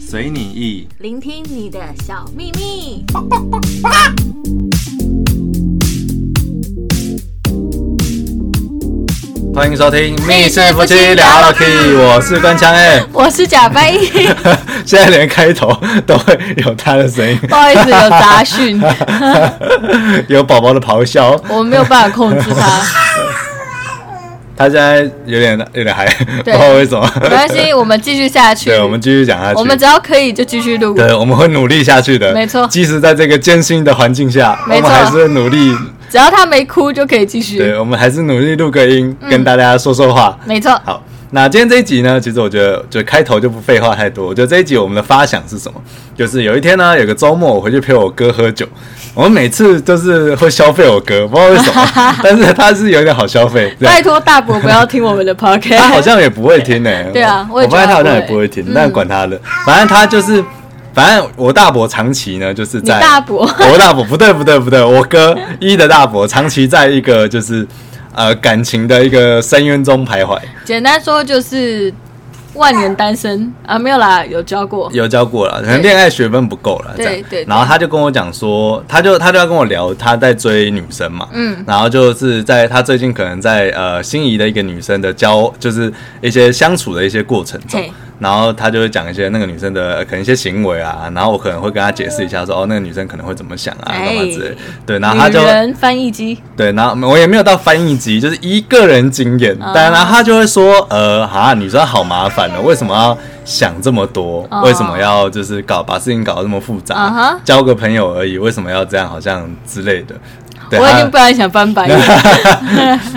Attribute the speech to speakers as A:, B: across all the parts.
A: 随你意。
B: 聆听你的小秘密。
A: 欢迎收听《密室夫妻聊 l u c k 我是关枪哎、
B: 我是贾贝，
A: 现在连开头都会有他的声音，
B: 不好意思，有杂讯，
A: 有宝宝的咆哮，
B: 我们没有办法控制它。
A: 他现在有点有点嗨，不知
B: 对
A: 道为什么。
B: 没关系，我们继续下去。
A: 对，我们继续讲下去。
B: 我们只要可以就继续录。
A: 对，我们会努力下去的。
B: 没错
A: 即使在这个艰辛的环境下，我
B: 没
A: 们
B: 错
A: 还是会努力。
B: 只要他没哭就可以继续。
A: 对，我们还是努力录个音，
B: 嗯
A: 跟大家说说话。
B: 没错，
A: 好，那今天这一集呢，其实我觉得就开头就不废话太多。我觉得这一集我们的发想是什么？就是有一天呢，有个周末我回去陪我哥喝酒，我们每次都是会消费我哥，不知道为什 么，但是他是有点好消费。对
B: 拜托大伯不要听我们的
A: 他好
B: podcast。
A: 像也不会听呢、
B: 对啊
A: 我
B: 我也
A: 发现
B: 觉得
A: 他好像也
B: 他
A: 不
B: 不
A: 会
B: 会嗯
A: 听，但管他的，反正他就是，反正我大伯长期呢就是
B: 你
A: 在
B: 大伯
A: 我大伯不对不对不对，我哥一的大伯长期在一个就是呃感情的一个深渊中徘徊，
B: 简单说就是万年单身啊，没有啦，有教过。
A: 有教过了，可能恋爱学分不够了，这
B: 对
A: 样
B: 对对
A: 然后他就跟我讲说，他就他就要跟我聊他在追女生嘛，
B: 嗯，
A: 然后就是在他最近可能在呃心仪的一个女生的交，就是一些相处的一些过程中
B: 嘿。
A: 然后他就会讲一些那个女生的呃可能一些行为啊，然后我可能会跟他解释一下说，哦，那个女生可能会怎么想啊，
B: 哎
A: 干嘛之类的。对，然后他
B: 女
A: 就
B: 人翻译机，
A: 对，然后我也没有到翻译机，就是一个人经验。
B: 哦
A: 但然后他就会说，呃，哈，女生好麻烦哦，为什么要想这么多？
B: 哦
A: 为什么要就是搞把事情搞得这么复杂
B: 啊哈
A: 交个朋友而已，为什么要这样？好像之类的。对
B: 我已
A: 他
B: 经不然想翻白眼。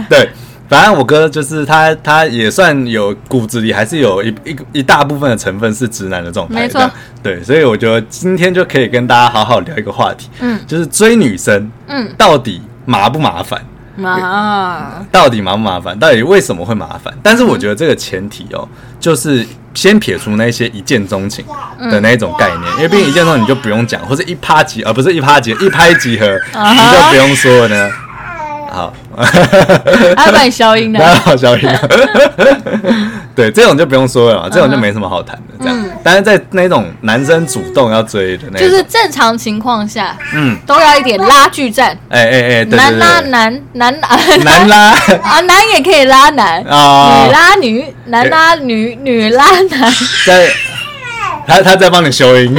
A: 对，反正我哥就是他，他也算有骨子里还是有一一一大部分的成分是直男的状态，
B: 没错
A: 这样。对，所以我觉得今天就可以跟大家好好聊一个话题，
B: 嗯，
A: 就是追女生
B: 嗯
A: 到底麻不麻烦？
B: 啊，
A: 到底麻不麻烦？到底为什么会麻烦？但是我觉得这个前提哦，就是先撇除那些一见钟情的那一种概念，因为毕竟一见钟情你就不用讲，或者一拍即，而、不是一拍即一拍即合，
B: 啊
A: 你
B: 哈
A: 就不用说了呢。好，
B: 还把你消音
A: 大家
B: 的，
A: 好消音。对，这种就不用说了嘛，这种就没什么好谈的。这样，但是在那种男生主动要追的那种，
B: 就是正常情况下
A: 嗯，
B: 都要一点拉锯战，
A: 哎哎哎，对对
B: 男拉
A: 对，
B: 男，男拉
A: 男拉
B: 啊，男也可以拉男，
A: 啊
B: 女，拉女，男拉女，女拉男，
A: 在他他在帮你修音。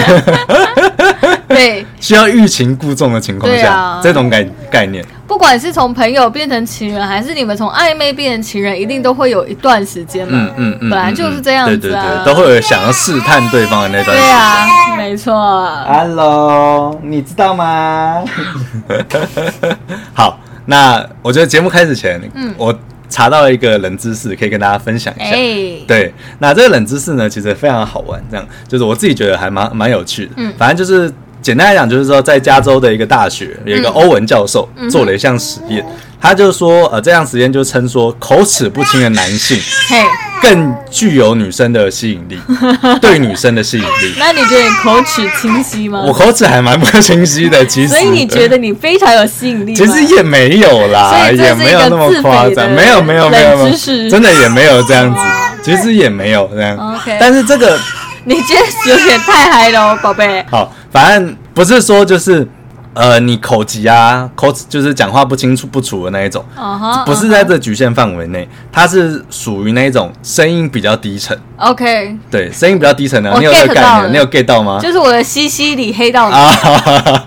B: 对。
A: 需要欲擒故纵的情况
B: 对
A: 下，
B: 啊
A: 这种概概念，
B: 不管是从朋友变成情人，还是你们从暧昧变成情人，一定都会有一段时间嘛。
A: 嗯嗯嗯，
B: 本来就是这样
A: 嗯嗯
B: 子啊
A: 对对对，都会有想要试探对方的那段。
B: 对。啊，没错。
A: Hello，你知道吗？ 好，那我觉得节目开始前，嗯，我查到了一个冷知识，可以跟大家分享一下。
B: 哎，
A: 对，那这个冷知识呢，其实非常好玩，这样就是我自己觉得还蛮蛮有趣的。
B: 嗯
A: 反正就是简单来讲，就是说在加州的一个大学有
B: 嗯
A: 一个欧文教授、做了一项实验，他就说，呃，这项实验就称说口齿不清的男性
B: 嘿，
A: 更具有女生的吸引 力，对女生的吸引力。
B: 那你觉得你口齿清晰吗
A: 我？口齿还蛮不清晰的，其实。
B: 所以你觉得你非常有吸引力吗？
A: 其实也没有啦，
B: 所以这是
A: 也没有那么夸
B: 一个自
A: 张，
B: 肥的
A: 没有没有没有，没
B: 冷
A: 有
B: 知识哦
A: 真的也没有这样子，其实也没有这样。
B: OK
A: 但是这个
B: 你今天有点太嗨了哦，宝贝。
A: 好，反正不是说就是呃，你口疾啊，口齿就是讲话不清楚不楚的那一种，
B: 哦哈，
A: 不是在这局限范围内，它是属于那一种声音比较低沉，
B: OK，
A: 对，声音比较低沉的，
B: 我
A: 你有这个
B: get
A: 概
B: 到
A: 念，
B: 了
A: 你有 get 到吗？
B: 就是我的西西里黑道，
A: 啊， 哈哈哈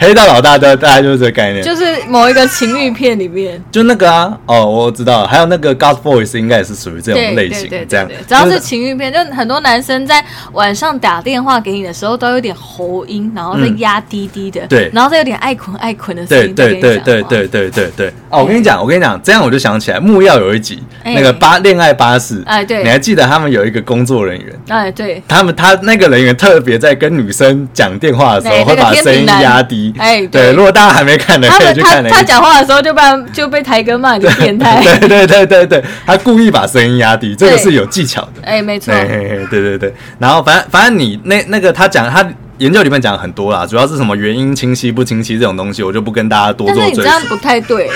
A: 黑道老大的大概就是这个概念，就
B: 就是某一个情欲片里面，
A: 那个啊，哦，我知道了，还有那个 God Boys 应该也是属于这种
B: 对
A: 类
B: 对
A: 型
B: 对，对
A: 这样
B: 对，只要
A: 就是
B: 情欲片，就很多男生在晚上打电话给你的时候，都有点喉音，然后再压低低的，
A: 嗯对
B: 然后再有点爱捆爱捆的声
A: 对
B: 音，
A: 对对
B: 在
A: 对
B: 跟你讲话
A: 对对对对。哦，我跟你讲，我跟你讲，这样我就想起来木曜有一集
B: 哎
A: 那个巴恋爱巴士，
B: 哎对
A: 你还记得他们有一个工作人员，
B: 哎对，
A: 他们他那个人员特别在跟女生讲电话的时候
B: 哎
A: 会
B: 那个
A: 把
B: 天
A: 声音
B: 平男
A: 压低，
B: 哎
A: 对，
B: 对
A: 如果大家还没看的
B: 他
A: 可以
B: 们
A: 去
B: 他
A: 看那
B: 他
A: 一集。
B: 讲话的时候就被就被台哥骂你是变态，
A: 对对对对对，他故意把声音压低，这个是有技巧的。
B: 哎没错，
A: 对对对对，然后反正反正你那那个他讲他研究里面讲很多啦，主要是什么原因清晰不清晰这种东西，我就不跟大家多
B: 但
A: 做啊
B: 是你
A: 赘
B: 这
A: 述
B: 样。不太对，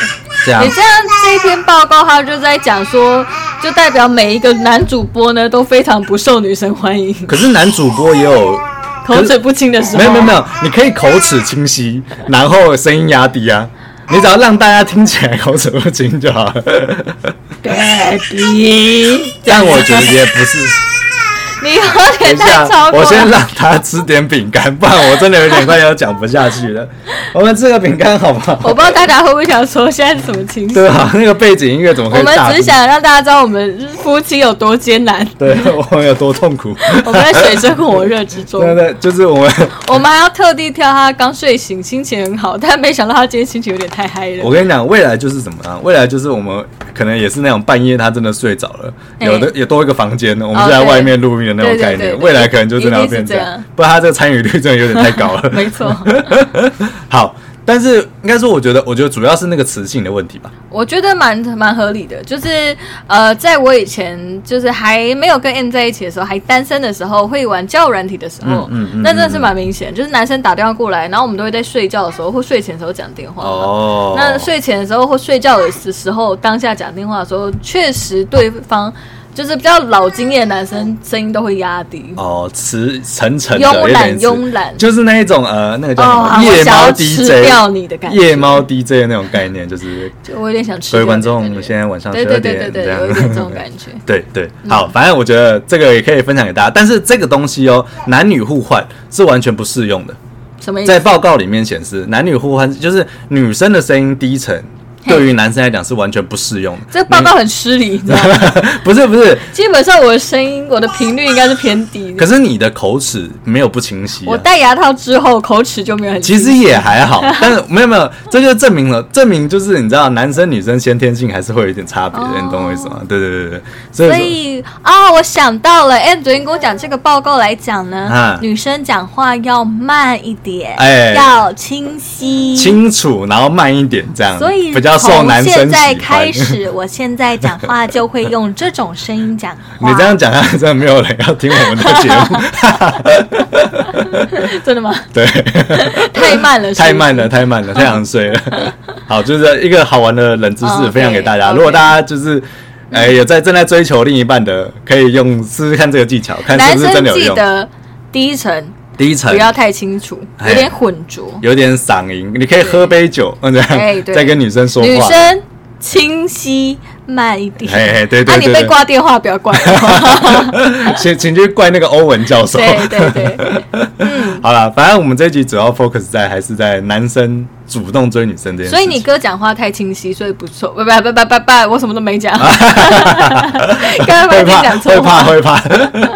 A: 这样
B: 你这样这一篇报告，他就在讲说，就代表每一个男主播呢都非常不受女生欢迎，
A: 可是男主播也有
B: 口齿不清的时候。
A: 没有没有没有，你可以口齿清晰，然后声音压低啊。你只要让大家听起来口齿不清就 好了，
B: ，baby，
A: 但我觉得也不 是。
B: 你喝
A: 等
B: 点
A: 一
B: 太超
A: 下，
B: 过
A: 我先
B: 了。
A: 让他吃点饼干，不然我真的有点快要讲不下去 了。我们吃个饼干好不
B: 我
A: 好？
B: 不知道大家会不会想说现在是什么情形？
A: 对啊，那个背景音乐怎么可
B: 我
A: 以
B: 们
A: 大
B: 只
A: 低
B: 是想让大家知道我们夫妻有多艰难，
A: 对我们有多痛 苦。
B: 我们在水深火热之 中。
A: 对对，就是我们。
B: 我们还要特地挑他刚睡醒，心情很好，但没想到他今天心情有点太嗨
A: 我
B: 了。
A: 跟你讲，未来就是什么啊？未来就是我们可能也是那种半夜他真的睡着了，
B: 哎哦
A: 有的也多一个房间，我们就在外面录音的那种概
B: 对对对
A: 念。
B: 对
A: 未来可能就真的要
B: 一定
A: 变
B: 是
A: 这
B: 这
A: 样
B: 样，
A: 不然他这个参与率真的有点太高了。
B: 没错，
A: 好，但是应该说，我觉得，我觉得主要是那个磁性的问题吧。
B: 我觉得蛮蛮合理的，就是呃，在我以前就是还没有跟 M 在一起的时候，还单身的时候，会玩交友软体的时候，
A: 嗯嗯嗯
B: 那真的是蛮明显，就是男生打电话过来，然后我们都会在睡觉的时候或睡前的时候讲电话。
A: 哦，
B: 那睡前的时候或睡觉的时候，当下讲电话的时候，确实对方就是比较老经验的男生声音都会压低。
A: 哦，磁沉沉的，
B: 慵
A: 有
B: 懒
A: 点磁
B: 慵懒
A: 就是那一种呃，那个叫什
B: 哦
A: 么，夜
B: 我想
A: 猫
B: 要吃
A: DJ，
B: 掉你的感觉
A: 夜猫 DJ 的那种概念，就是
B: 就我有点想吃
A: 各
B: 掉
A: 位
B: 你的
A: 观
B: 感觉。
A: 众，现在晚上
B: 对
A: 十
B: 对
A: 二
B: 对
A: 点
B: 对
A: 这
B: 对，
A: 样
B: 有一点这种感觉。
A: 对对，好，反正我觉得这个也可以分享给大家，但是这个东西哦，男女互换是完全不适用的。
B: 什么意
A: 在
B: 思？
A: 报告里面显示，男女互换就是女生的声音低沉，
B: 嘿
A: 对于男生来讲是完全不适用的。
B: 这报告很失礼，你知道吗？
A: 你 不是不是，
B: 基本上我的声音，我的频率应该是偏低的。
A: 可是你的口齿没有不清晰、啊。
B: 我戴牙套之后，口齿就没有很清
A: 其
B: 晰。
A: 实也还 好，但是没有没有，这就证明了，证明就是你知道，男生女生先天性还是会有一点差别的，
B: 哦
A: 你懂我意思吗？对对对对，所以
B: 所
A: 说
B: 以啊、我想到了，M 昨天跟我讲这个报告来讲呢，
A: 啊
B: 女生讲话要慢一点，
A: 哎
B: 要清晰，
A: 清楚，然后慢一点这样，
B: 所以
A: 比较受
B: 从
A: 男生
B: 现
A: 喜欢
B: 在。开始，我现在讲话就会用这种声音讲话。
A: 你这样讲，他真的没有人要听我们的节 目，
B: 真的吗？
A: 对，
B: 太慢了，是不 是
A: 太慢了，。太慢了，太想睡了。 好，就是一个好玩的冷知识，
B: OK，
A: 分享给大家。
B: 哦 OK
A: 如果大家就是。哎，有在正在追求另一半的，可以用试试看这个技巧，看是
B: 男
A: 不是真
B: 生
A: 的有
B: 记
A: 用。
B: 得低沉，
A: 第一层
B: 不要太清楚，
A: 哎
B: 有点混浊。
A: 有点嗓音，你可以喝杯酒，嗯，这
B: 哎
A: 样
B: 对
A: 再跟女生说话。
B: 女生清晰慢一点。
A: 哎哎对对
B: 啊，
A: 对
B: 你
A: 对
B: 被挂电话不要 怪我。
A: 请请去怪那个欧文教授。
B: 对对对，
A: 好了，反正我们这一集主要 focus 在还是在男生主动追女生这件事
B: 所以
A: 情。
B: 你哥讲话太清晰，所以不错。拜拜拜拜拜拜，我什么都 没讲。刚刚
A: 会
B: 被
A: 怕会
B: 讲错
A: 怕
B: 话。
A: 会怕，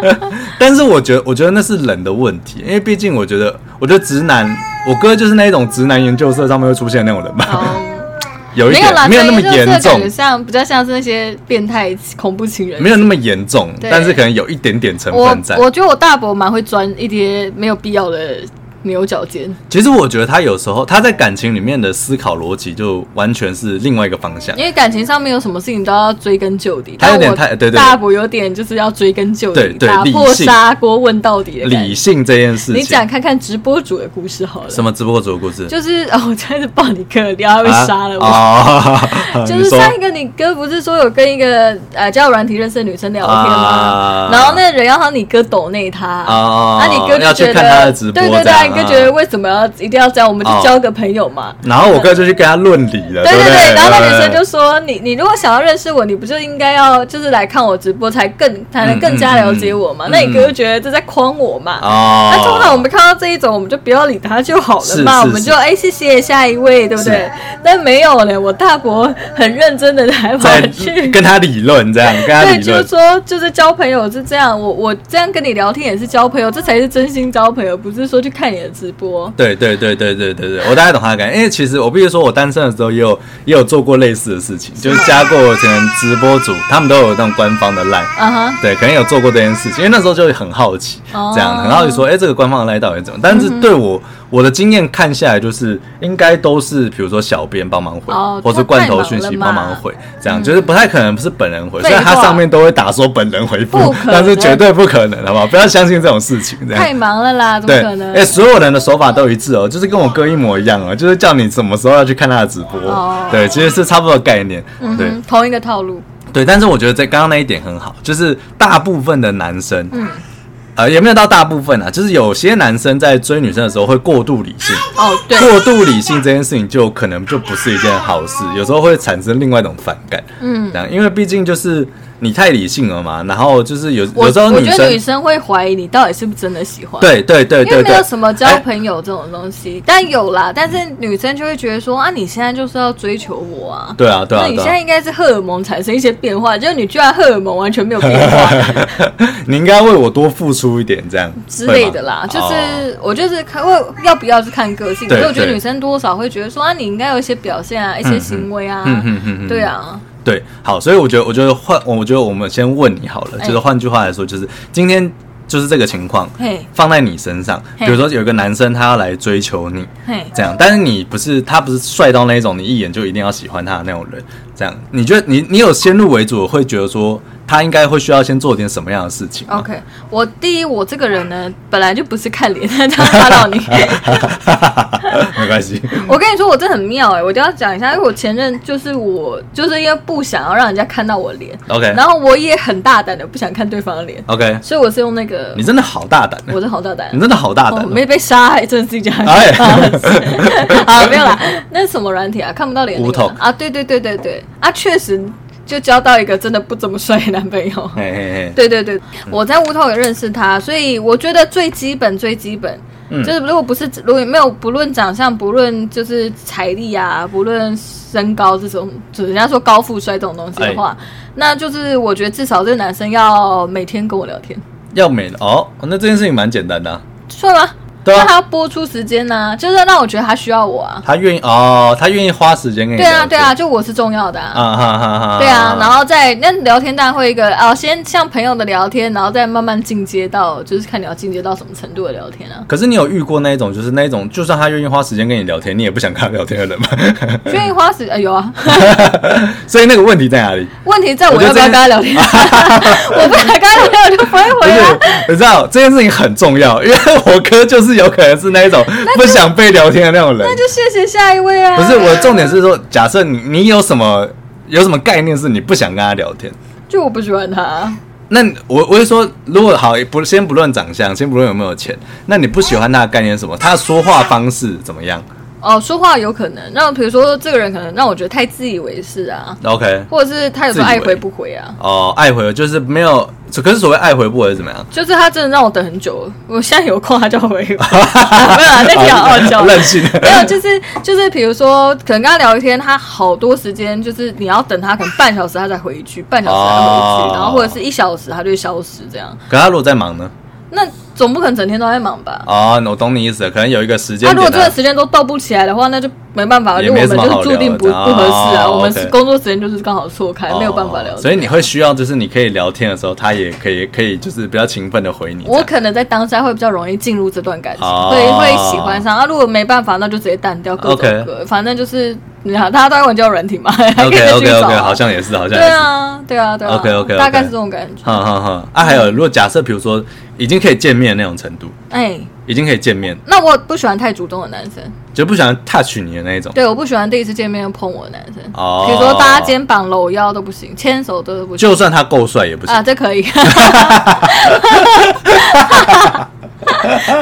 A: 但是我觉得我觉得那是人的问题，因为毕竟我觉得我觉得直男，我哥就是那一种直男研究社上面会出现的那种人吧，
B: 哦
A: 有一
B: 没
A: 点
B: 有啦，
A: 没有那么
B: 专业就是
A: 严
B: 感
A: 重
B: 觉，像比较像是那些变态恐怖情人。
A: 没有那么严重，
B: 对
A: 但是可能有一点点成
B: 我
A: 分在。
B: 我觉得我大伯蛮会钻一些没有必要的牛角尖。
A: 其实我觉得他有时候他在感情里面的思考逻辑就完全是另外一个方向
B: 因。为感情上面有什么事情都要追根究底，
A: 他有点
B: 但我
A: 太对对
B: 大伯有点就是要追根究底，
A: 对对
B: 打
A: 理
B: 破
A: 性
B: 砂锅问到底的感
A: 理
B: 觉。
A: 性这件事情，
B: 你讲看看直播主的故事好了，
A: 什么直播主的故事？
B: 就是哦，我真的是爆你哥料，他会杀了我。
A: 啊哦
B: 就
A: 你
B: 是
A: 说
B: 上一个你哥不是说有跟一个呃交友软体认识的女生聊天吗？
A: 啊
B: 然后那人要让你哥抖内他，
A: 哦
B: 那你哥
A: 要
B: 就
A: 去
B: 觉得
A: 看他的直播
B: 对对
A: 这
B: 对
A: 样
B: 啊，你哥觉得为什么要一定要这样？我们
A: 哦
B: 就交个朋友嘛。
A: 然后我哥就去跟他论理了，
B: 对
A: 不
B: 对，然后那女生就
A: 对
B: 说：“你你如果想要认识我，你不就应该要就是来看我直播，才更才能更加了解我嘛？
A: 嗯嗯嗯
B: 那你哥就觉得这在诓我嘛？
A: 哦，
B: 那通常我们看到这一种，我们就不要理他就好了嘛，
A: 是是
B: 我们就哎谢谢下一位，对不对
A: 是？
B: 但没有呢，我大伯很认真的来跑
A: 在
B: 去。”
A: 跟他理论，这样跟他
B: 对，
A: 理
B: 就是
A: 论。
B: 说，就是交朋友是这样，我我这样跟你聊天也是交朋友，这才是真心交朋友，不是说去看你的直播。
A: 对对对对对对对，我大概懂他的感觉，因为其实我必须说，我单身的时候也有也有做过类似的事情，就是加过可能直播主，他们都有那种官方的 line，
B: 啊哈，
A: 对，可能有做过这件事情，因为那时候就很好奇，
B: 哦嗯
A: 这样很好奇说，哎、这个官方的 line 到底是怎么？但是对我、我的经验看下来，就是应该都是比如说小编帮忙回，
B: 哦
A: 或是罐头讯息
B: 太
A: 帮
B: 忙了嘛嗯
A: 忙回，这样、就是不太可能不是本人回，
B: 废
A: 虽然它
B: 话
A: 上面都会打说本人回复
B: 不可，能
A: 但是绝对不可能，好不好？不要相信这种事情，这样
B: 太忙了啦，怎么
A: 对
B: 可，能？
A: 哎、所有有人的手法都一致哦，就是跟我哥一模一样哦，就是叫你什么时候要去看他的直播。
B: 哦
A: 对，其实是差不多的概念。
B: 嗯
A: 对
B: 哼，同一个套路，
A: 对，但是我觉得在刚刚那一点很好，就是大部分的男生，
B: 嗯
A: 呃，也没有到大部分啊，就是有些男生在追女生的时候会过度理性。
B: 哦，对，
A: 过度理性这件事情就可能就不是一件好事，
B: 哦
A: 有时候会产生另外一种反感。嗯，这样，因为毕竟就是你太理性了嘛，然后就是有
B: 我
A: 有时候
B: 我
A: 女
B: 觉得
A: 生
B: 女生会怀疑你到底是不是真的喜欢，，
A: 对对对
B: 因为
A: 对哎
B: 没有
A: 对，
B: 什么交
A: 哎
B: 朋友这种东西，但有啦，但是女生就会觉得说啊，你现在就是要追求我啊，
A: 对啊对啊
B: 那你
A: 对
B: 现在
A: 啊，
B: 应该是荷尔蒙产生一些变化，就你居然荷尔蒙完全没有 变化
A: 你应该为我多付出一点这样
B: 之类的
A: 会吗
B: 啦，就
A: 哦
B: 是我就是看会要不要是看个性，可啊
A: 对
B: 是我觉得
A: 对
B: 女生多少会觉得说啊，你应该有一些表现啊，一些行为啊，
A: 嗯嗯嗯嗯
B: 对啊，
A: 对，好，所以我觉得，我觉得换，我觉得我们先问你好了，
B: 哎
A: 就是换句话来说，就是今天就是这个情况
B: 嘿
A: 放在你身上，比
B: 嘿
A: 如说有一个男生他要来追求你，
B: 嘿，
A: 这样，但是你不是他不是帅到那一种，你一眼就一定要喜欢他的那种人。这样，你觉得你你有先入为主，会觉得说他应该会需要先做点什么样的事情吗
B: OK，我第一，我这个人呢，本来就不是看脸， 但他杀到你。
A: 没关系，
B: 我跟你说，我真的很妙哎、我就要讲一下，因为我前任就是我，就是因为不想要让人家看到我脸
A: OK
B: 然后我也很大胆的不想看对方的脸，
A: OK，
B: 所以我是用那个
A: 你，真的好大胆啊，
B: 我是好大胆
A: 你，真的好大胆
B: 哦，
A: 啊，
B: 没被杀害，真的是一件很可
A: 哎
B: 怕的事。 好，没有啦，那是什么软体啊？看不到脸那个
A: Wootalk
B: 啊？啊，对对对对对，啊，确实就交到一个真的不怎么帅的男朋友。
A: 嘿嘿嘿，
B: 对对对，我在乌头也认识他，所以我觉得最基本最基本，
A: 嗯
B: 就是如果不是如果没有不论长相，不论就是财力啊，不论身高这种，就人家说高富帅这种东西的话，哎那就是我觉得至少这个男生要每天跟我聊天，
A: 要美的哦，那这件事情蛮简单的啊、
B: 算吗？
A: 对啊
B: 那他要播出时间呐、就是让我觉得他需要我啊。
A: 他愿意哦，他愿意花时间跟你
B: 对啊，
A: 聊天
B: 对啊，，就我是重要的啊。
A: 啊哈哈哈，
B: 对啊，然后再那聊天大会一个啊，先像朋友的聊天，然后再慢慢进阶到，就是看你要进阶到什么程度的聊天啊。
A: 可是你有遇过那一种，就是那一种，就算他愿意花时间跟你聊天，你也不想跟他聊天的人吗？
B: 愿意花时呃有啊，
A: 所以那个问题在哪里？
B: 问题在
A: 我
B: 我
A: 觉
B: 要
A: 得
B: 不要
A: 这
B: 跟他 聊天，我不想跟他聊天，我就不会
A: 不
B: 回啊。
A: 是，你知道这件事情很重要，因为我哥就是有可能是那一种不想被聊天的那种人
B: 那。就谢谢下一位啊。
A: 不是，我重点是说，假设你你有什么有什么概念是你不想跟他聊天，
B: 就我不喜欢他，
A: 那你我我是说，如果好不先不论长相，先不论有没有钱，那你不喜欢他的概念是什么？他说话方式怎么样
B: 哦，说话有可能让，比如说这个人可能让我觉得太自以为是啊，
A: ？OK，
B: 或者是他有时候
A: 自以
B: 爱
A: 为
B: 回不回啊。
A: 哦，爱回就是没有，可是所谓爱回不回是怎么样？
B: 就是他真的让我等很久了，我现在有空他就回我，没 有啦，那天好好笑，
A: 啊任性。
B: 没有，就是就是，比如说，可能跟他聊天，他好多时间，就是你要等他，可能半小时他才回一句，半小时才回一
A: 哦
B: 句，然后或者是一小时他就会消失这样。
A: 可他如果在忙呢？
B: 那总不可能整天都在忙吧？
A: 哦，我懂你意思了，可能有一个时间
B: 他、
A: 点啊
B: 如果这
A: 他
B: 个时间都斗不起来的话，那就没办法，
A: 也
B: 因
A: 没
B: 为我
A: 什么
B: 们就
A: 好
B: 是
A: 聊
B: 注定
A: 的
B: 不不合适啊。
A: 哦
B: 我们是
A: OK
B: 工作时间就是刚好错开，没有办法聊
A: 哦
B: 天。
A: 所以你会需要，就是你可以聊天的时候，他也可以可以就是比较勤奋的回你这样。
B: 我可能在当下会比较容易进入这段感情，
A: 哦
B: 会会喜欢上啊。如果没办法，那就直接淡掉各
A: OK
B: 种歌，反正就是你看，大家都在玩交友软体 嘛，还 可以
A: OK
B: 再去
A: OK
B: 找
A: OK，
B: 啊
A: 好像也是，好像
B: 对
A: 也是。
B: 啊，对啊，对啊
A: OK，OK，OK
B: 大概是这种感觉。
A: 哈哈哈！啊，还有，如果假设比如说已经可以见面那种程度，
B: 哎，
A: 已经可以见面，
B: 那我不喜欢太主动的男生，
A: 就不想 touch 你的那一种。
B: 对，我不喜欢第一次见面就碰我的男生，
A: 哦
B: 比如说搭肩膀、搂腰都不行，牵手都不行。
A: 就算他够帅也不行。
B: 啊，这可以，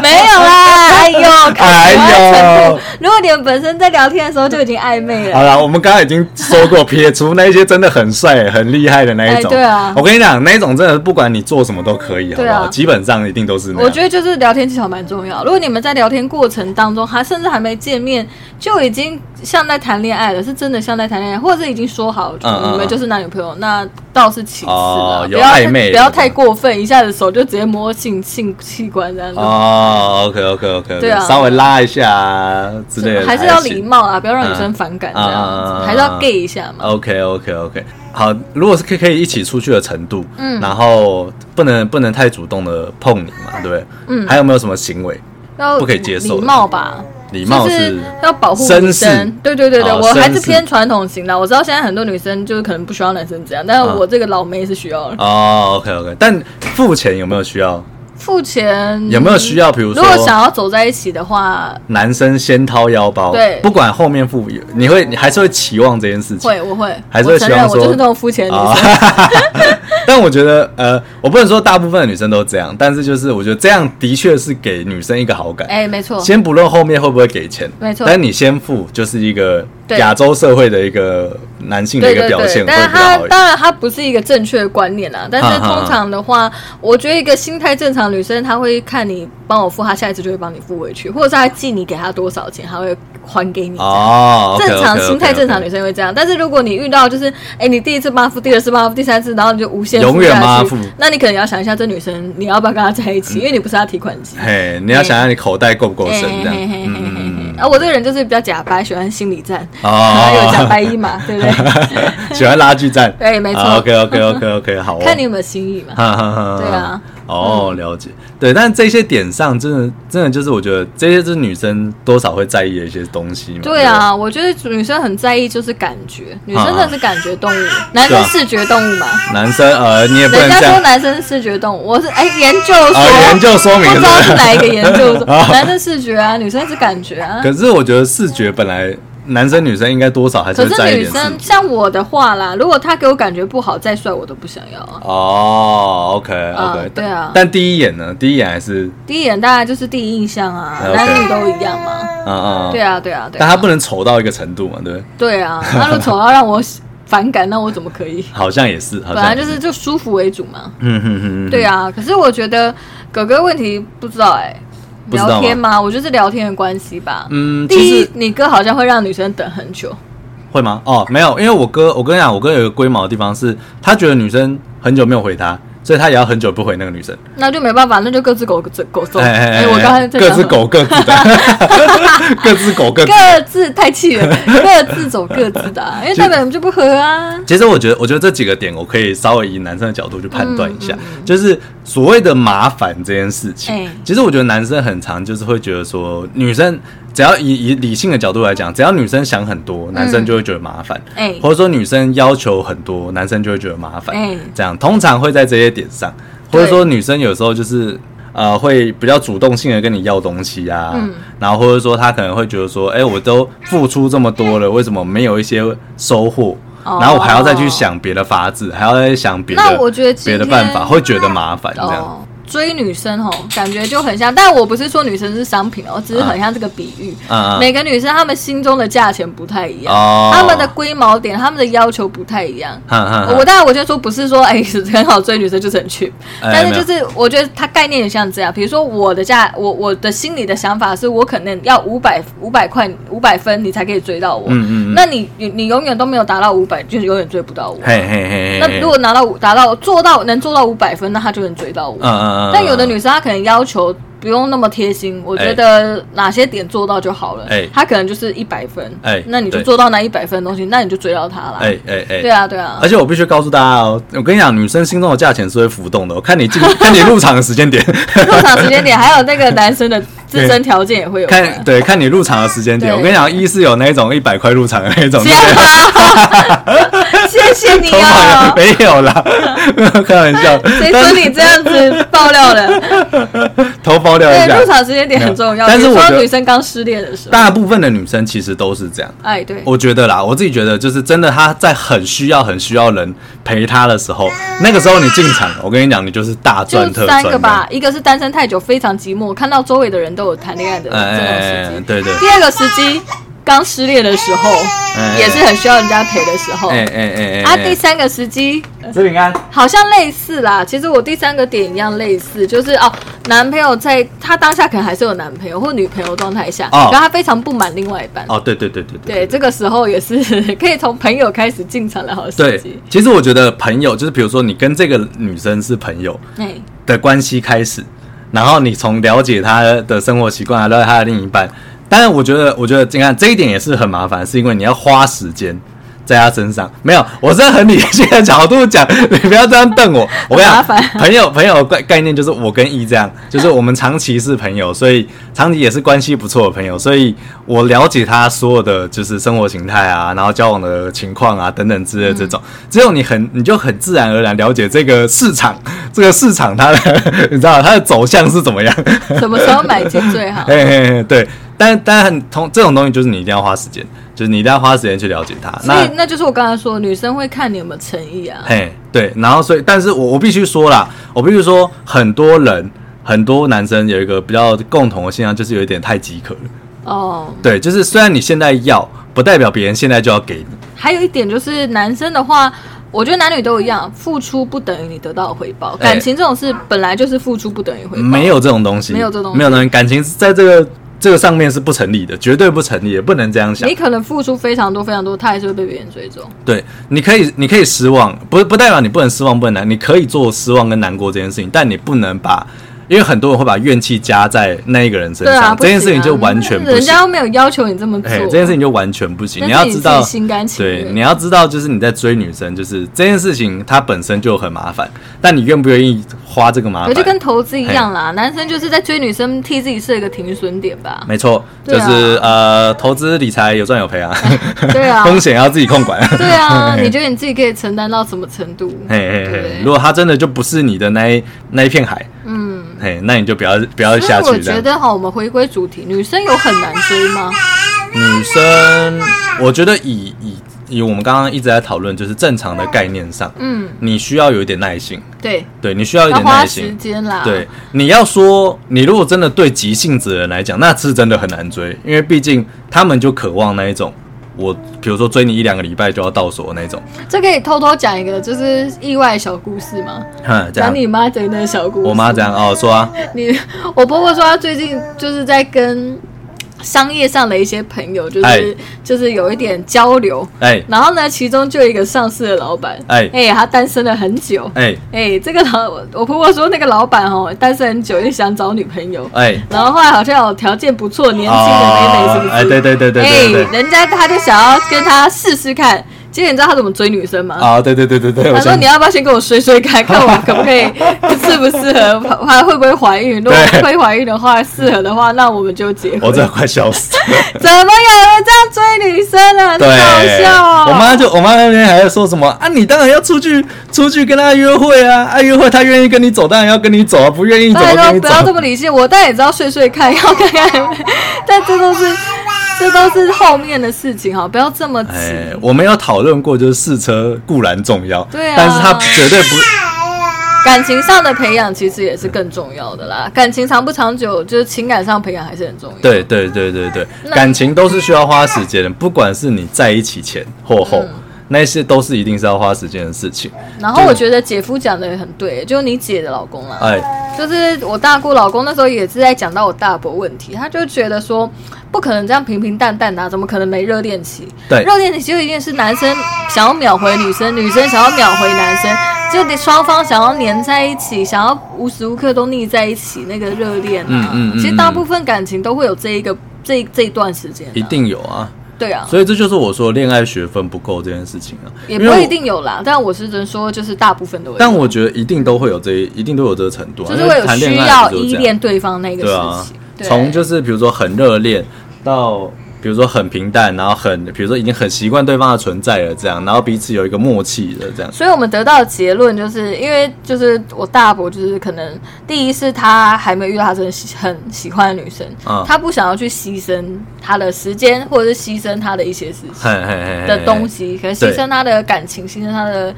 B: 没有啦，哎呦，看喜欢
A: 哎呦
B: 程度。如果你们本身在聊天的时候就已经暧昧
A: 好
B: 了，
A: 啦，我们刚刚已经说过，撇除那些真的很帅、很厉害的那一种，
B: 哎对啊
A: 我跟你讲，那一种真的不管你做什么都可以，好
B: 对
A: 不
B: 啊
A: 好？基本上一定都是那样。
B: 我觉得就是聊天技巧蛮重要。如果你们在聊天过程当中，还甚至还没见面，就已经像在谈恋爱了，是真的像在谈恋爱，或者是已经说好就
A: 嗯嗯
B: 你们就是男女朋友，那倒是其次
A: 哦
B: 啊，不
A: 有
B: 要太
A: 暧昧的
B: 不要太过分，一下子手就直接摸性性器官这样子。
A: 哦，OK OK OK，
B: 对啊
A: 稍微拉一下啊之类的，
B: 还是要礼。貌啊，不要让女生反感这样子，
A: 嗯嗯嗯嗯
B: 还是要 gay 一下嘛。
A: OK OK OK，好，如果是可以可以一起出去的程度，
B: 嗯
A: 然后不能不能太主动的碰你嘛，对不对？嗯，还有没有什么行为
B: 要
A: 不可以接受的
B: 礼貌吧？
A: 礼貌
B: 就是是要保护
A: 绅
B: 女
A: 士
B: 生，对对对对，
A: 哦
B: 我还是
A: 绅士
B: 偏传统型的。我知道现在很多女生就是可能不需要男生这样，但是
A: 嗯
B: 我这个老妹是需要的。
A: 哦？OK OK，但付钱有没有需要？
B: 付钱
A: 有没有需要？比如
B: 如
A: 说，
B: 果想要走在一起的话，
A: 男生先掏腰包，
B: 对
A: 不管后面付，你会你还是会期望这件事情。
B: 会我会，
A: 还是会
B: 我承认
A: 希望
B: 我
A: 说
B: 就是那种肤浅的
A: 啊
B: 女生。
A: 但我觉得，呃，我不能说大部分的女生都这样，但是就是我觉得这样的确是给女生一个好感。
B: 哎、没错，
A: 先不论后面会不会给钱，
B: 没错
A: 但你先付就是一个
B: 对
A: 亚洲社会的一个男性的
B: 对
A: 一个
B: 对
A: 表现，
B: 对，
A: 会比
B: 但是
A: 较
B: 他
A: 好一点。
B: 当然他不是一个正确的观念啦，但是通常的话，我觉得一个心态正常的女生，她会看你帮我付，她下一次就会帮你付回去，或者是她记你给她多少钱，她会还给你这样。
A: 哦，
B: 正常心态正常女
A: 生
B: 生会这样，但是如果你遇到就是，哎、你第一次帮她付，第二次帮她付，第三次，然后你就无限
A: 永
B: 付
A: 远
B: 下
A: 帮她
B: 去
A: 付，嗯
B: 那你可能要想一下，这女生你要不要跟她在一起，因为你不是她提款机。
A: 嘿，你要想想你口袋够不够
B: 嘿
A: 深
B: 嘿
A: 这样，
B: 嘿嘿
A: 嗯嗯
B: 嘿
A: 嗯
B: 嘿
A: 嗯
B: 嘿啊，我这个人就是比较假白，喜欢心理战，
A: 哦
B: 然后有假白衣嘛，对不 对？
A: 嗯，喜欢拉锯战，
B: 对没错
A: OK OK OK OK，好哦，
B: 看你有没有新意嘛。
A: 哈哈哈，
B: 对啊，
A: 哦，了解，对，但这些点上，真的真的就是我觉得这些就是女生多少会在意的一些东西嘛。
B: 对啊，我觉得女生很在意就是感觉，女生真的是感觉动物，男生视觉动物嘛。
A: 啊不对，男生呃，你也不能
B: 人家
A: 这
B: 说
A: 样
B: 男生视觉动物，我是哎研究所，
A: 啊，研究说
B: 不
A: 明
B: 知道是
A: 是。
B: 哪一个研究所
A: 啊，
B: 男生视觉啊，女生是感觉啊。
A: 可是我觉得视觉本来男生女生应该多少还是
B: 可
A: 会在
B: 是
A: 意一
B: 女
A: 点视
B: 生
A: 觉。
B: 像我的话啦，如果他给我感觉不好，再帅我都不想要啊。
A: 哦，OK OK，
B: 对啊
A: 但第一眼呢？第一眼还是
B: 第一眼大概就是第一印象啊，
A: OK
B: 男女都一样嘛。
A: 嗯嗯，
B: 对。啊，对啊，对
A: 但他
B: 啊
A: 不，能丑到一个程度嘛，对不对？
B: 对啊。那如果丑到让我反感，那我怎么可以？
A: 好像也是，好像
B: 本来
A: 也
B: 就是就舒服为主嘛。
A: 嗯哼哼哼，
B: 对啊，可是我觉得哥哥问题不知道哎、
A: 不知道
B: 聊
A: 吗
B: 天吗？我觉得是聊天的关系吧。
A: 嗯其
B: 第
A: 实
B: 一，你哥好像会让女生等很久。
A: 会吗？哦，没有，因为我哥，我跟你讲，我哥有一个龟毛的地方是，他觉得女生很久没有回他，所以他也要很久不回那个女生。
B: 那就没办法，那就各自狗走狗走。哎、我刚才在
A: 各
B: 讲
A: 自
B: 什么
A: 狗各自 的，各自狗各自。
B: 各自太气 人，各自走各自的、啊，因为代表我们就不合啊。
A: 其实我觉得，我觉得这几个点，我可以稍微以男生的角度去判断一下，就是所谓的麻烦这件事情。
B: 嗯哎
A: 其实我觉得男生很常就是会觉得说，女生只要以以理性的角度来讲，只要女生想很多，男生就会觉得麻烦。
B: 嗯哎
A: 或者说女生要求很多，男生就会觉得麻烦。
B: 哎
A: 这样通常会在这些点上，或
B: 对
A: 者说女生有时候就是。呃，会比较主动性的跟你要东西啊，
B: 嗯
A: 然后或者说她可能会觉得说，哎、我都付出这么多
B: 嗯
A: 了，为什么没有一些收获？
B: 哦
A: 然后我还要再去想别的法子，还要再想别的，
B: 那我觉得今
A: 别
B: 天
A: 的办法，会觉得麻烦 这样。
B: 哦，追女生哦，感觉就很像，但我不是说女生是商品哦，我只是很像这个比喻。
A: 嗯嗯
B: 每个女生她们心中的价钱不太一样，
A: 哦
B: 她们的龟毛点、她们的要求不太一样。
A: 哼哼
B: 我
A: 哼，
B: 当然，我就说不是说哎、 很好追女生就是很 cheap，、
A: 哎
B: 但是就是我觉得它概念也像这样。比如说我的价，我我的心里的想法是我可能要五百五百块五百分你才可以追到我，
A: 嗯嗯嗯
B: 那你你你永远都没有达到五百，就是永远追不到我。
A: 嘿嘿嘿嘿。
B: 那如果拿到五达到做到能做到五百分，那他就能追到我。
A: 嗯嗯嗯，嗯
B: 但有的女生她可能要求不用那么贴心，我觉得哪些点做到就好了。
A: 哎
B: 她可能就是一百分，
A: 哎
B: 那你就
A: 对
B: 做到那一百分的东西，那你就追到她啦。
A: 哎哎哎，
B: 对啊，对啊
A: 而。且我必须告诉大家哦，我跟你讲，女生心中的价钱是会浮动的。我看你 进，看你入场的时间点，
B: 入场时间点，还有那个男生的自身条件也会有关。
A: 看对，看你入场的时间点。
B: 对
A: 我跟你讲，一是有那种一百块入场的那种，
B: 这样吗？谢谢你
A: 通常
B: 哦
A: 有， 没有 啦，开玩笑，
B: 谁说你这样子爆料的？
A: 头爆料一
B: 对，
A: 下
B: 入。场时间点很重要。
A: 没有但是
B: 比如
A: 我觉
B: 说
A: 得
B: 女生刚失恋的时候，
A: 大部分的女生其实都是这样，
B: 哎，对，
A: 我觉得啦，我自己觉得就是真的，她在很需要、很需要人陪她的时候，那个时候你进场，我跟你讲，你就是大赚
B: 就
A: 特
B: 三
A: 赚
B: 个
A: 的。
B: 吧，一个是单身太久非常寂寞，看到周围的人都有谈恋爱的
A: 哎
B: 这种
A: 哎，
B: 时
A: 哎
B: 机；
A: 对对，
B: 第二个时机刚失恋的时候，
A: 哎
B: 也是很需要人家陪的时候。
A: 哎哎哎哎
B: 啊，
A: 哎，
B: 第三个时机
A: 子平安，
B: 好像类似啦，其实我第三个点一样类似，就是哦，男朋友在他当下可能还是有男朋友或女朋友状态下，
A: 哦
B: 然后他非常不满另外一半。
A: 哦，对对对对对
B: 对，这个时候也是 可以从朋友开始进场的好时
A: 对
B: 机。，
A: 其实我觉得朋友就是，比如说你跟这个女生是朋友
B: 哎，
A: 的关系开始，然后你从了解她的生活习惯，啊，了解她的另一半。但是我觉得，我觉得你看这一点也是很麻烦，是因为你要花时间在他身上。没有，我是很理性的角度讲，你不要这样瞪我。我跟你
B: 麻
A: 讲
B: 烦，
A: 朋友朋友概概念就是我跟一、e、这样， 就是我们长期是朋友，所以长期也是关系不错的朋友，所以我了解他所有的就是生活形态啊，然后交往的情况啊等等之类的这种。
B: 嗯
A: 只有你很你就很自然而然了解这个市场， 这个市场它的 你知道它的走向是怎么样。
B: 什么时候买进最好？
A: 嘿嘿嘿，对，但但很同这种东西就是你一定要花时间，就是你一定要花时间去了解它。
B: 所
A: 那
B: 以那就是我刚才说的，女生会看你有没有诚意啊。
A: 嘿，对，然后所以，但是我我必须说啦，我必须说，很多人很多男生有一个比较共同的现象，就是有一点太饥渴了。
B: 哦，
A: 对，就是虽然你现在要，不代表别人现在就要给你。
B: 还有一点就是男生的话。我觉得男女都一样，付出不等于你得到的回报。
A: 哎
B: 感情这种事本来就是付出不等于回报。
A: 没有这种东西，
B: 没有这东西
A: 没有东西。感情是在这个这个上面是不成立的，绝对不成立，也不能这样想
B: 你。可能付出非常多非常多，他还是会被别人追踪。
A: 对，你可以，你可以失望，不不代表你不能失望，不能难，你可以做失望跟难过这件事情，但你不能把，因为很多人会把怨气加在那一个人身
B: 对
A: 上，
B: 啊，不
A: 这
B: 行啊
A: 件事情就完全不
B: 人
A: 行
B: 家。又没有要求你这么做，
A: 哎，这件事情就完全不行。
B: 那
A: 你
B: 是
A: 要
B: 你
A: 知
B: 自己
A: 道，
B: 心甘情
A: 对，
B: 愿
A: 你要知道，就是你在追女生，就是这件事情它本身就很麻烦，但你愿不愿意花这个麻
B: 可
A: 烦？
B: 就跟投资一样啦，男生就是在追女生，替自己设一个停损点吧。
A: 没错，
B: 对
A: 就
B: 啊
A: 是、呃，投资理财有赚有赔啊，
B: 对啊，
A: 风险要自己控 管。
B: 对啊，你觉得你自己可以承担到什么程度？
A: 嘿
B: 对
A: 嘿
B: 不
A: 嘿，
B: 对啊
A: 如果它真的就不是你的那一那一片海，嗯，嘿，那你就不要不要
B: 所
A: 下
B: 以我
A: 去这
B: 觉
A: 样。
B: 得哈，我们回归主题，女生有很难追吗？
A: 女生，我觉得以以以我们刚刚一直在讨论，就是正常的概念上，
B: 嗯，
A: 你需要有一点耐心，
B: 对，
A: 对你需要有一
B: 要
A: 点
B: 花
A: 耐
B: 时
A: 心。
B: 间啦。
A: 对，，你要说你如果真的对急性子的人来讲，那是真的很难追，因为毕竟他们就渴望那一种，我比如说追你一两个礼拜就要到手的那种，
B: 这可以偷偷讲一个，就是意外小故事嘛，
A: 哼，这样
B: 讲。你妈贼的小故事。
A: 我妈这样哦，说 啊，
B: 你我婆婆说她最近就是在跟商业上的一些朋友，就是、
A: 哎
B: 就是有一点交流。
A: 哎
B: 然后呢，其中就有一个上市的老板，
A: 哎
B: 哎，他单身了很久，
A: 哎
B: 哎，这个老我婆婆说那个老板哦，单身很久，也想找女朋友，
A: 哎，
B: 然后后来好像有条件不错，年轻的美美，是不
A: 哦哎，
B: 是？
A: 对对对对对对
B: 哎，人家他就想要跟他试试看，结果你知道他怎么追女生吗？
A: 啊，对对对对对，我
B: 他说
A: 想
B: 你要不要先跟我睡 睡看，看我可不可以适不适合，还会不会怀孕？如果
A: 对
B: 会怀孕的话，适合的话，那我们就结婚。
A: 我真的快笑 死。
B: 怎么有人这样追女生呢？
A: 对
B: 真的好笑、哦。
A: 我妈就我妈那边还在说什么啊，你当然要出去出去跟她约会啊，啊约会她愿意跟你走，当然要跟你走啊，不愿意怎么
B: 拜
A: 跟
B: 托
A: 你
B: 不
A: 走？
B: 要这么理性，我当然也知道睡睡看，要看看， 但这都是这都是后面的事情哈，不要这么急。
A: 哎，我们有讨论过，就是试车固然重要，
B: 对啊
A: 但是它绝对不
B: 感情上的培养其实也是更重要的啦，感情长不长久，就是情感上培养还是很重要。
A: 对对对对对，
B: 那
A: 感情都是需要花时间的，不管是你在一起前或后，
B: 嗯
A: 那些都是一定是要花时间的事情。
B: 然后我觉得姐夫讲的也很对，就是你姐的老公啊啦，
A: 哎，
B: 就是我大姑老公那时候也是在讲到我大伯问题，他就觉得说不可能这样平平淡淡的、啊，怎么可能没热恋期？
A: 对
B: 热恋期就一定是男生想要秒回女生，女生想要秒回男生，就得双方想要黏在一起，想要无时无刻都腻在一起，那个热恋啊，
A: 嗯嗯嗯
B: 其实大部分感情都会有这一个这这一段时间、啊，
A: 一定有啊。
B: 对啊。
A: 所以这就是我说恋爱学分不够这件事情啊，
B: 也
A: 因为
B: 不
A: 我
B: 一。定有啦，但我是真说，就是大部分都会有，
A: 但我觉得一定都会有这一，一定都有这个程度、啊，
B: 就是
A: 因为
B: 会有
A: 谈
B: 需
A: 恋爱
B: 要
A: 不就是
B: 依
A: 这样
B: 恋对方那个
A: 对
B: 事
A: 啊
B: 情，，
A: 从就是比如说很热恋到比如说很平淡，然后很比如说已经很习惯对方的存在了，这样，然后彼此有一个默契了，这样。
B: 所以我们得到的结论就是，因为就是我大伯就是可能第一是他还没有遇到他真的喜很喜欢的女生，
A: 嗯
B: 他不想要去牺牲他的时间或者是牺牲他的一些事情
A: 嘿嘿嘿嘿
B: 的东
A: 嘿
B: 西，可能牺牲他的感情，牺牲他的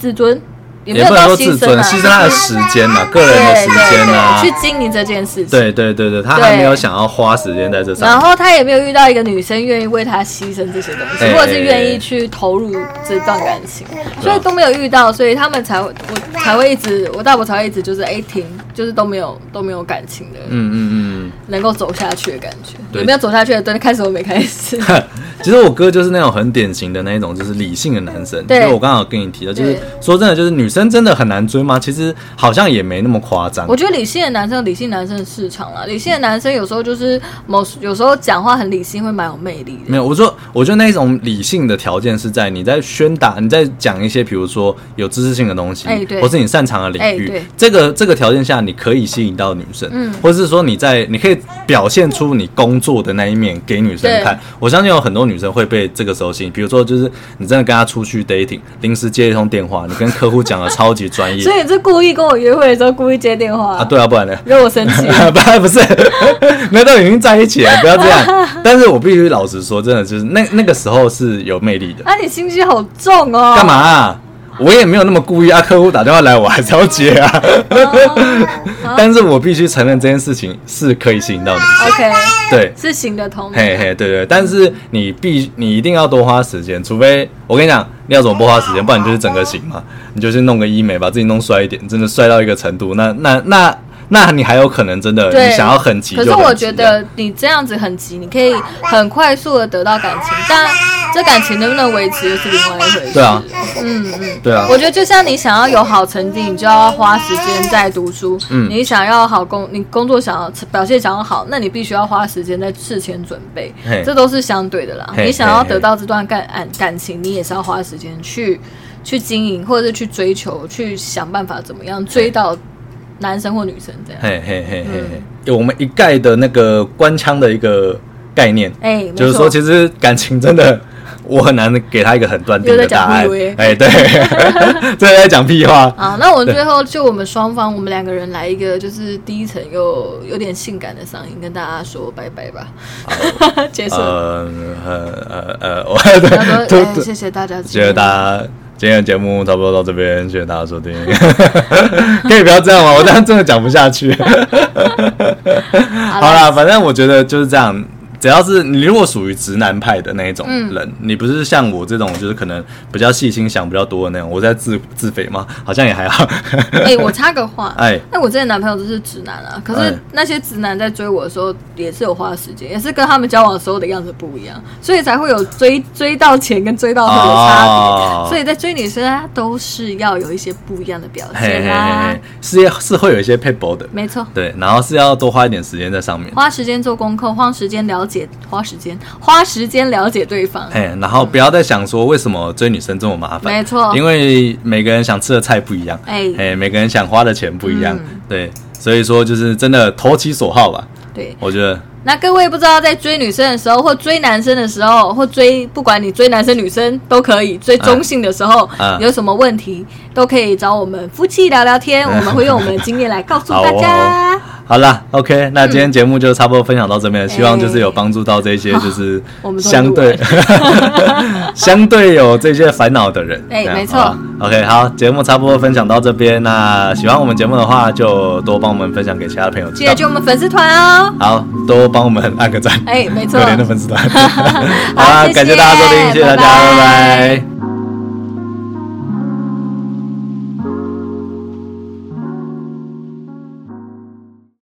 B: 自尊，也没
A: 也
B: 有
A: 不能
B: 到
A: 说
B: 牺
A: 自
B: 牲
A: 尊，
B: 啊，
A: 牺牲他的时间嘛，个人
B: 对
A: 的
B: 对
A: 时间啊
B: 对，，去经营这件事情。
A: 对对对对，他还没有想要花时间在这上
B: 然
A: 面。
B: 后他也没有遇到一个女生愿意为他牺牲这些东西，
A: 哎
B: 或者是愿意去投入这段感情，
A: 啊
B: 所以都没有遇到，所以他们才会我才会一直我大伯才会一直就是哎停，就是都没有都没有感情的，
A: 嗯嗯嗯
B: 能够走下去的感觉，
A: 对
B: 有没有走下去的？对，开始我没开始，
A: 哼，其实我哥就是那种很典型的那一种，就是理性的男生。
B: 对
A: 就是我刚好跟你提到，就是
B: 对
A: 说真的，就是女生真的很难追吗？其实好像也没那么夸张
B: 我。觉得理性的男生有理性男生的市场啦，理性的男生有时候就是某有时候讲话很理性，会蛮有魅力的。
A: 没有，我说，我觉得那种理性的条件是在你在宣达，你在讲一些，比如说有知识性的东西，
B: 哎对
A: 或是你擅长的领
B: 哎
A: 域，
B: 对
A: 这个这个条件下，你可以吸引到女生，
B: 嗯
A: 或是说你在你可以表现出你工作的那一面给女生看
B: 对。
A: 我相信有很多女生会被这个时候吸引，比如说就是你真的跟她出去 dating，临时接一通电话，你跟客户讲的超级专业
B: 所以你是故意跟我约会的时候故意接电话
A: 啊，，对啊，不然呢？
B: 惹我生气。
A: 不不是，那都已经在一起了，不要这样。但是我必须老实说，真的就是那那个时候是有魅力的。
B: 啊，你心机好重哦！
A: 干嘛、？啊？我也没有那么故意啊，客户打电话来我还是要接啊。 但是我必须承认这件事情是可以吸引到女生，
B: OK，
A: 对，
B: 是行得 通的。啊
A: 嘿嘿，对对。但是你必你一定要多花时间，除非我跟你讲，你要怎么不花时间，不然你就是整个型 嘛，你就是弄个医美，把自己弄帅一点，真的帅到一个程度，那那那那你还有可能真的
B: 对
A: 你想要很急就
B: 可
A: 很
B: 是
A: 急。
B: 我觉得你这样子很急，你可以很快速的得到感情，但这感情能不能维持又是另外一回事。
A: 对啊，
B: 嗯嗯。
A: 对啊，
B: 我觉得就像你想要有好成绩，你就要花时间在读书；
A: 嗯
B: 你想要好工，你工作想要表现想要好，那你必须要花时间在事前准备
A: 嘿，
B: 这都是相对的啦。
A: 嘿
B: 你想要
A: 嘿嘿
B: 得到这段感感感情，你也是要花时间去去经营，或者是去追求，去想办法怎么样追到男生或女生这样。
A: 嘿嘿嘿嘿
B: 嗯
A: 嘿，有我们一概的那个官腔的一个概念，
B: 哎没
A: 就是
B: 错
A: 说其实感情真的。我很难给他一个很断定
B: 又
A: 的
B: 在
A: 答
B: 讲
A: 案
B: 屁话，
A: 哎，对， 这在讲屁话，
B: 啊，那我最后就我们双方，我们两个人来一个就是低沉又有点性感的嗓音，跟大家说拜拜吧， 结束。
A: 呃呃呃呃，我
B: 他说：“
A: 对
B: 哎，
A: 对，
B: 谢谢大家支持，
A: 谢谢大家，今天的节目差不多到这边，谢谢大家收听， 可以不要这样吗？我当时真的讲不下去。
B: 好
A: 好
B: 啦，
A: 啦，反正我觉得就是这样。只要是你如果属于直男派的那一种
B: 嗯
A: 人，你不是像我这种就是可能比较细心想比较多的那种，我在自自肥吗？好像也还好。
B: 哎、我插个话，
A: 哎
B: 哎，我之前男朋友就是直男啊，可
A: 哎
B: 是那些直男在追我的时候也是有花时间，也是跟他们交往的时候的样子不一样，所以才会有追追到前跟追到后的差别。
A: 哦
B: 所以在追女生啊，都是要有一些不一样的表
A: 嘿
B: 现
A: 嘿
B: 啦、
A: 嘿嘿，是是会有一些配博的，
B: 没错。
A: 对，然后是要多花一点时间在上面，
B: 花时间做功课，花时间了解，花时间花时间了解对方。
A: 嘿，哎然后不要再想说为什么追女生这么麻烦，
B: 没错
A: 因为每个人想吃的菜不一样，
B: 哎
A: 嘿，每个人想花的钱不一样，
B: 嗯
A: 对，所以说就是真的投其所好吧，
B: 对，
A: 我觉得。
B: 那各位不知道在追女生的时候，或追男生的时候，或追不管你追男生女生都可以，追中性的时候、
A: 嗯嗯
B: 有什么问题，都可以找我们夫妻聊 聊天，我们会用我们的经验来告诉大家。
A: 好哦啦 o k 那今天节目就差不多分享到这边了，希望就是
B: 哎
A: 有帮助到这些就是
B: 我们终于
A: 相对相对 有这些烦恼的人。
B: 哎
A: 这样
B: 没错
A: 好吧 OK，好，节目差不多分享到这边，那喜欢我们节目的话，就多帮我们分享给其他的朋友
B: 记
A: 知
B: 得
A: 道。
B: 去我们粉丝团哦。
A: 好，多帮我们按个赞，
B: 哎，没错
A: 可。怜的粉丝团。好啦，
B: 谢谢
A: 感谢大家收听，谢谢大家，
B: 拜拜
A: 拜拜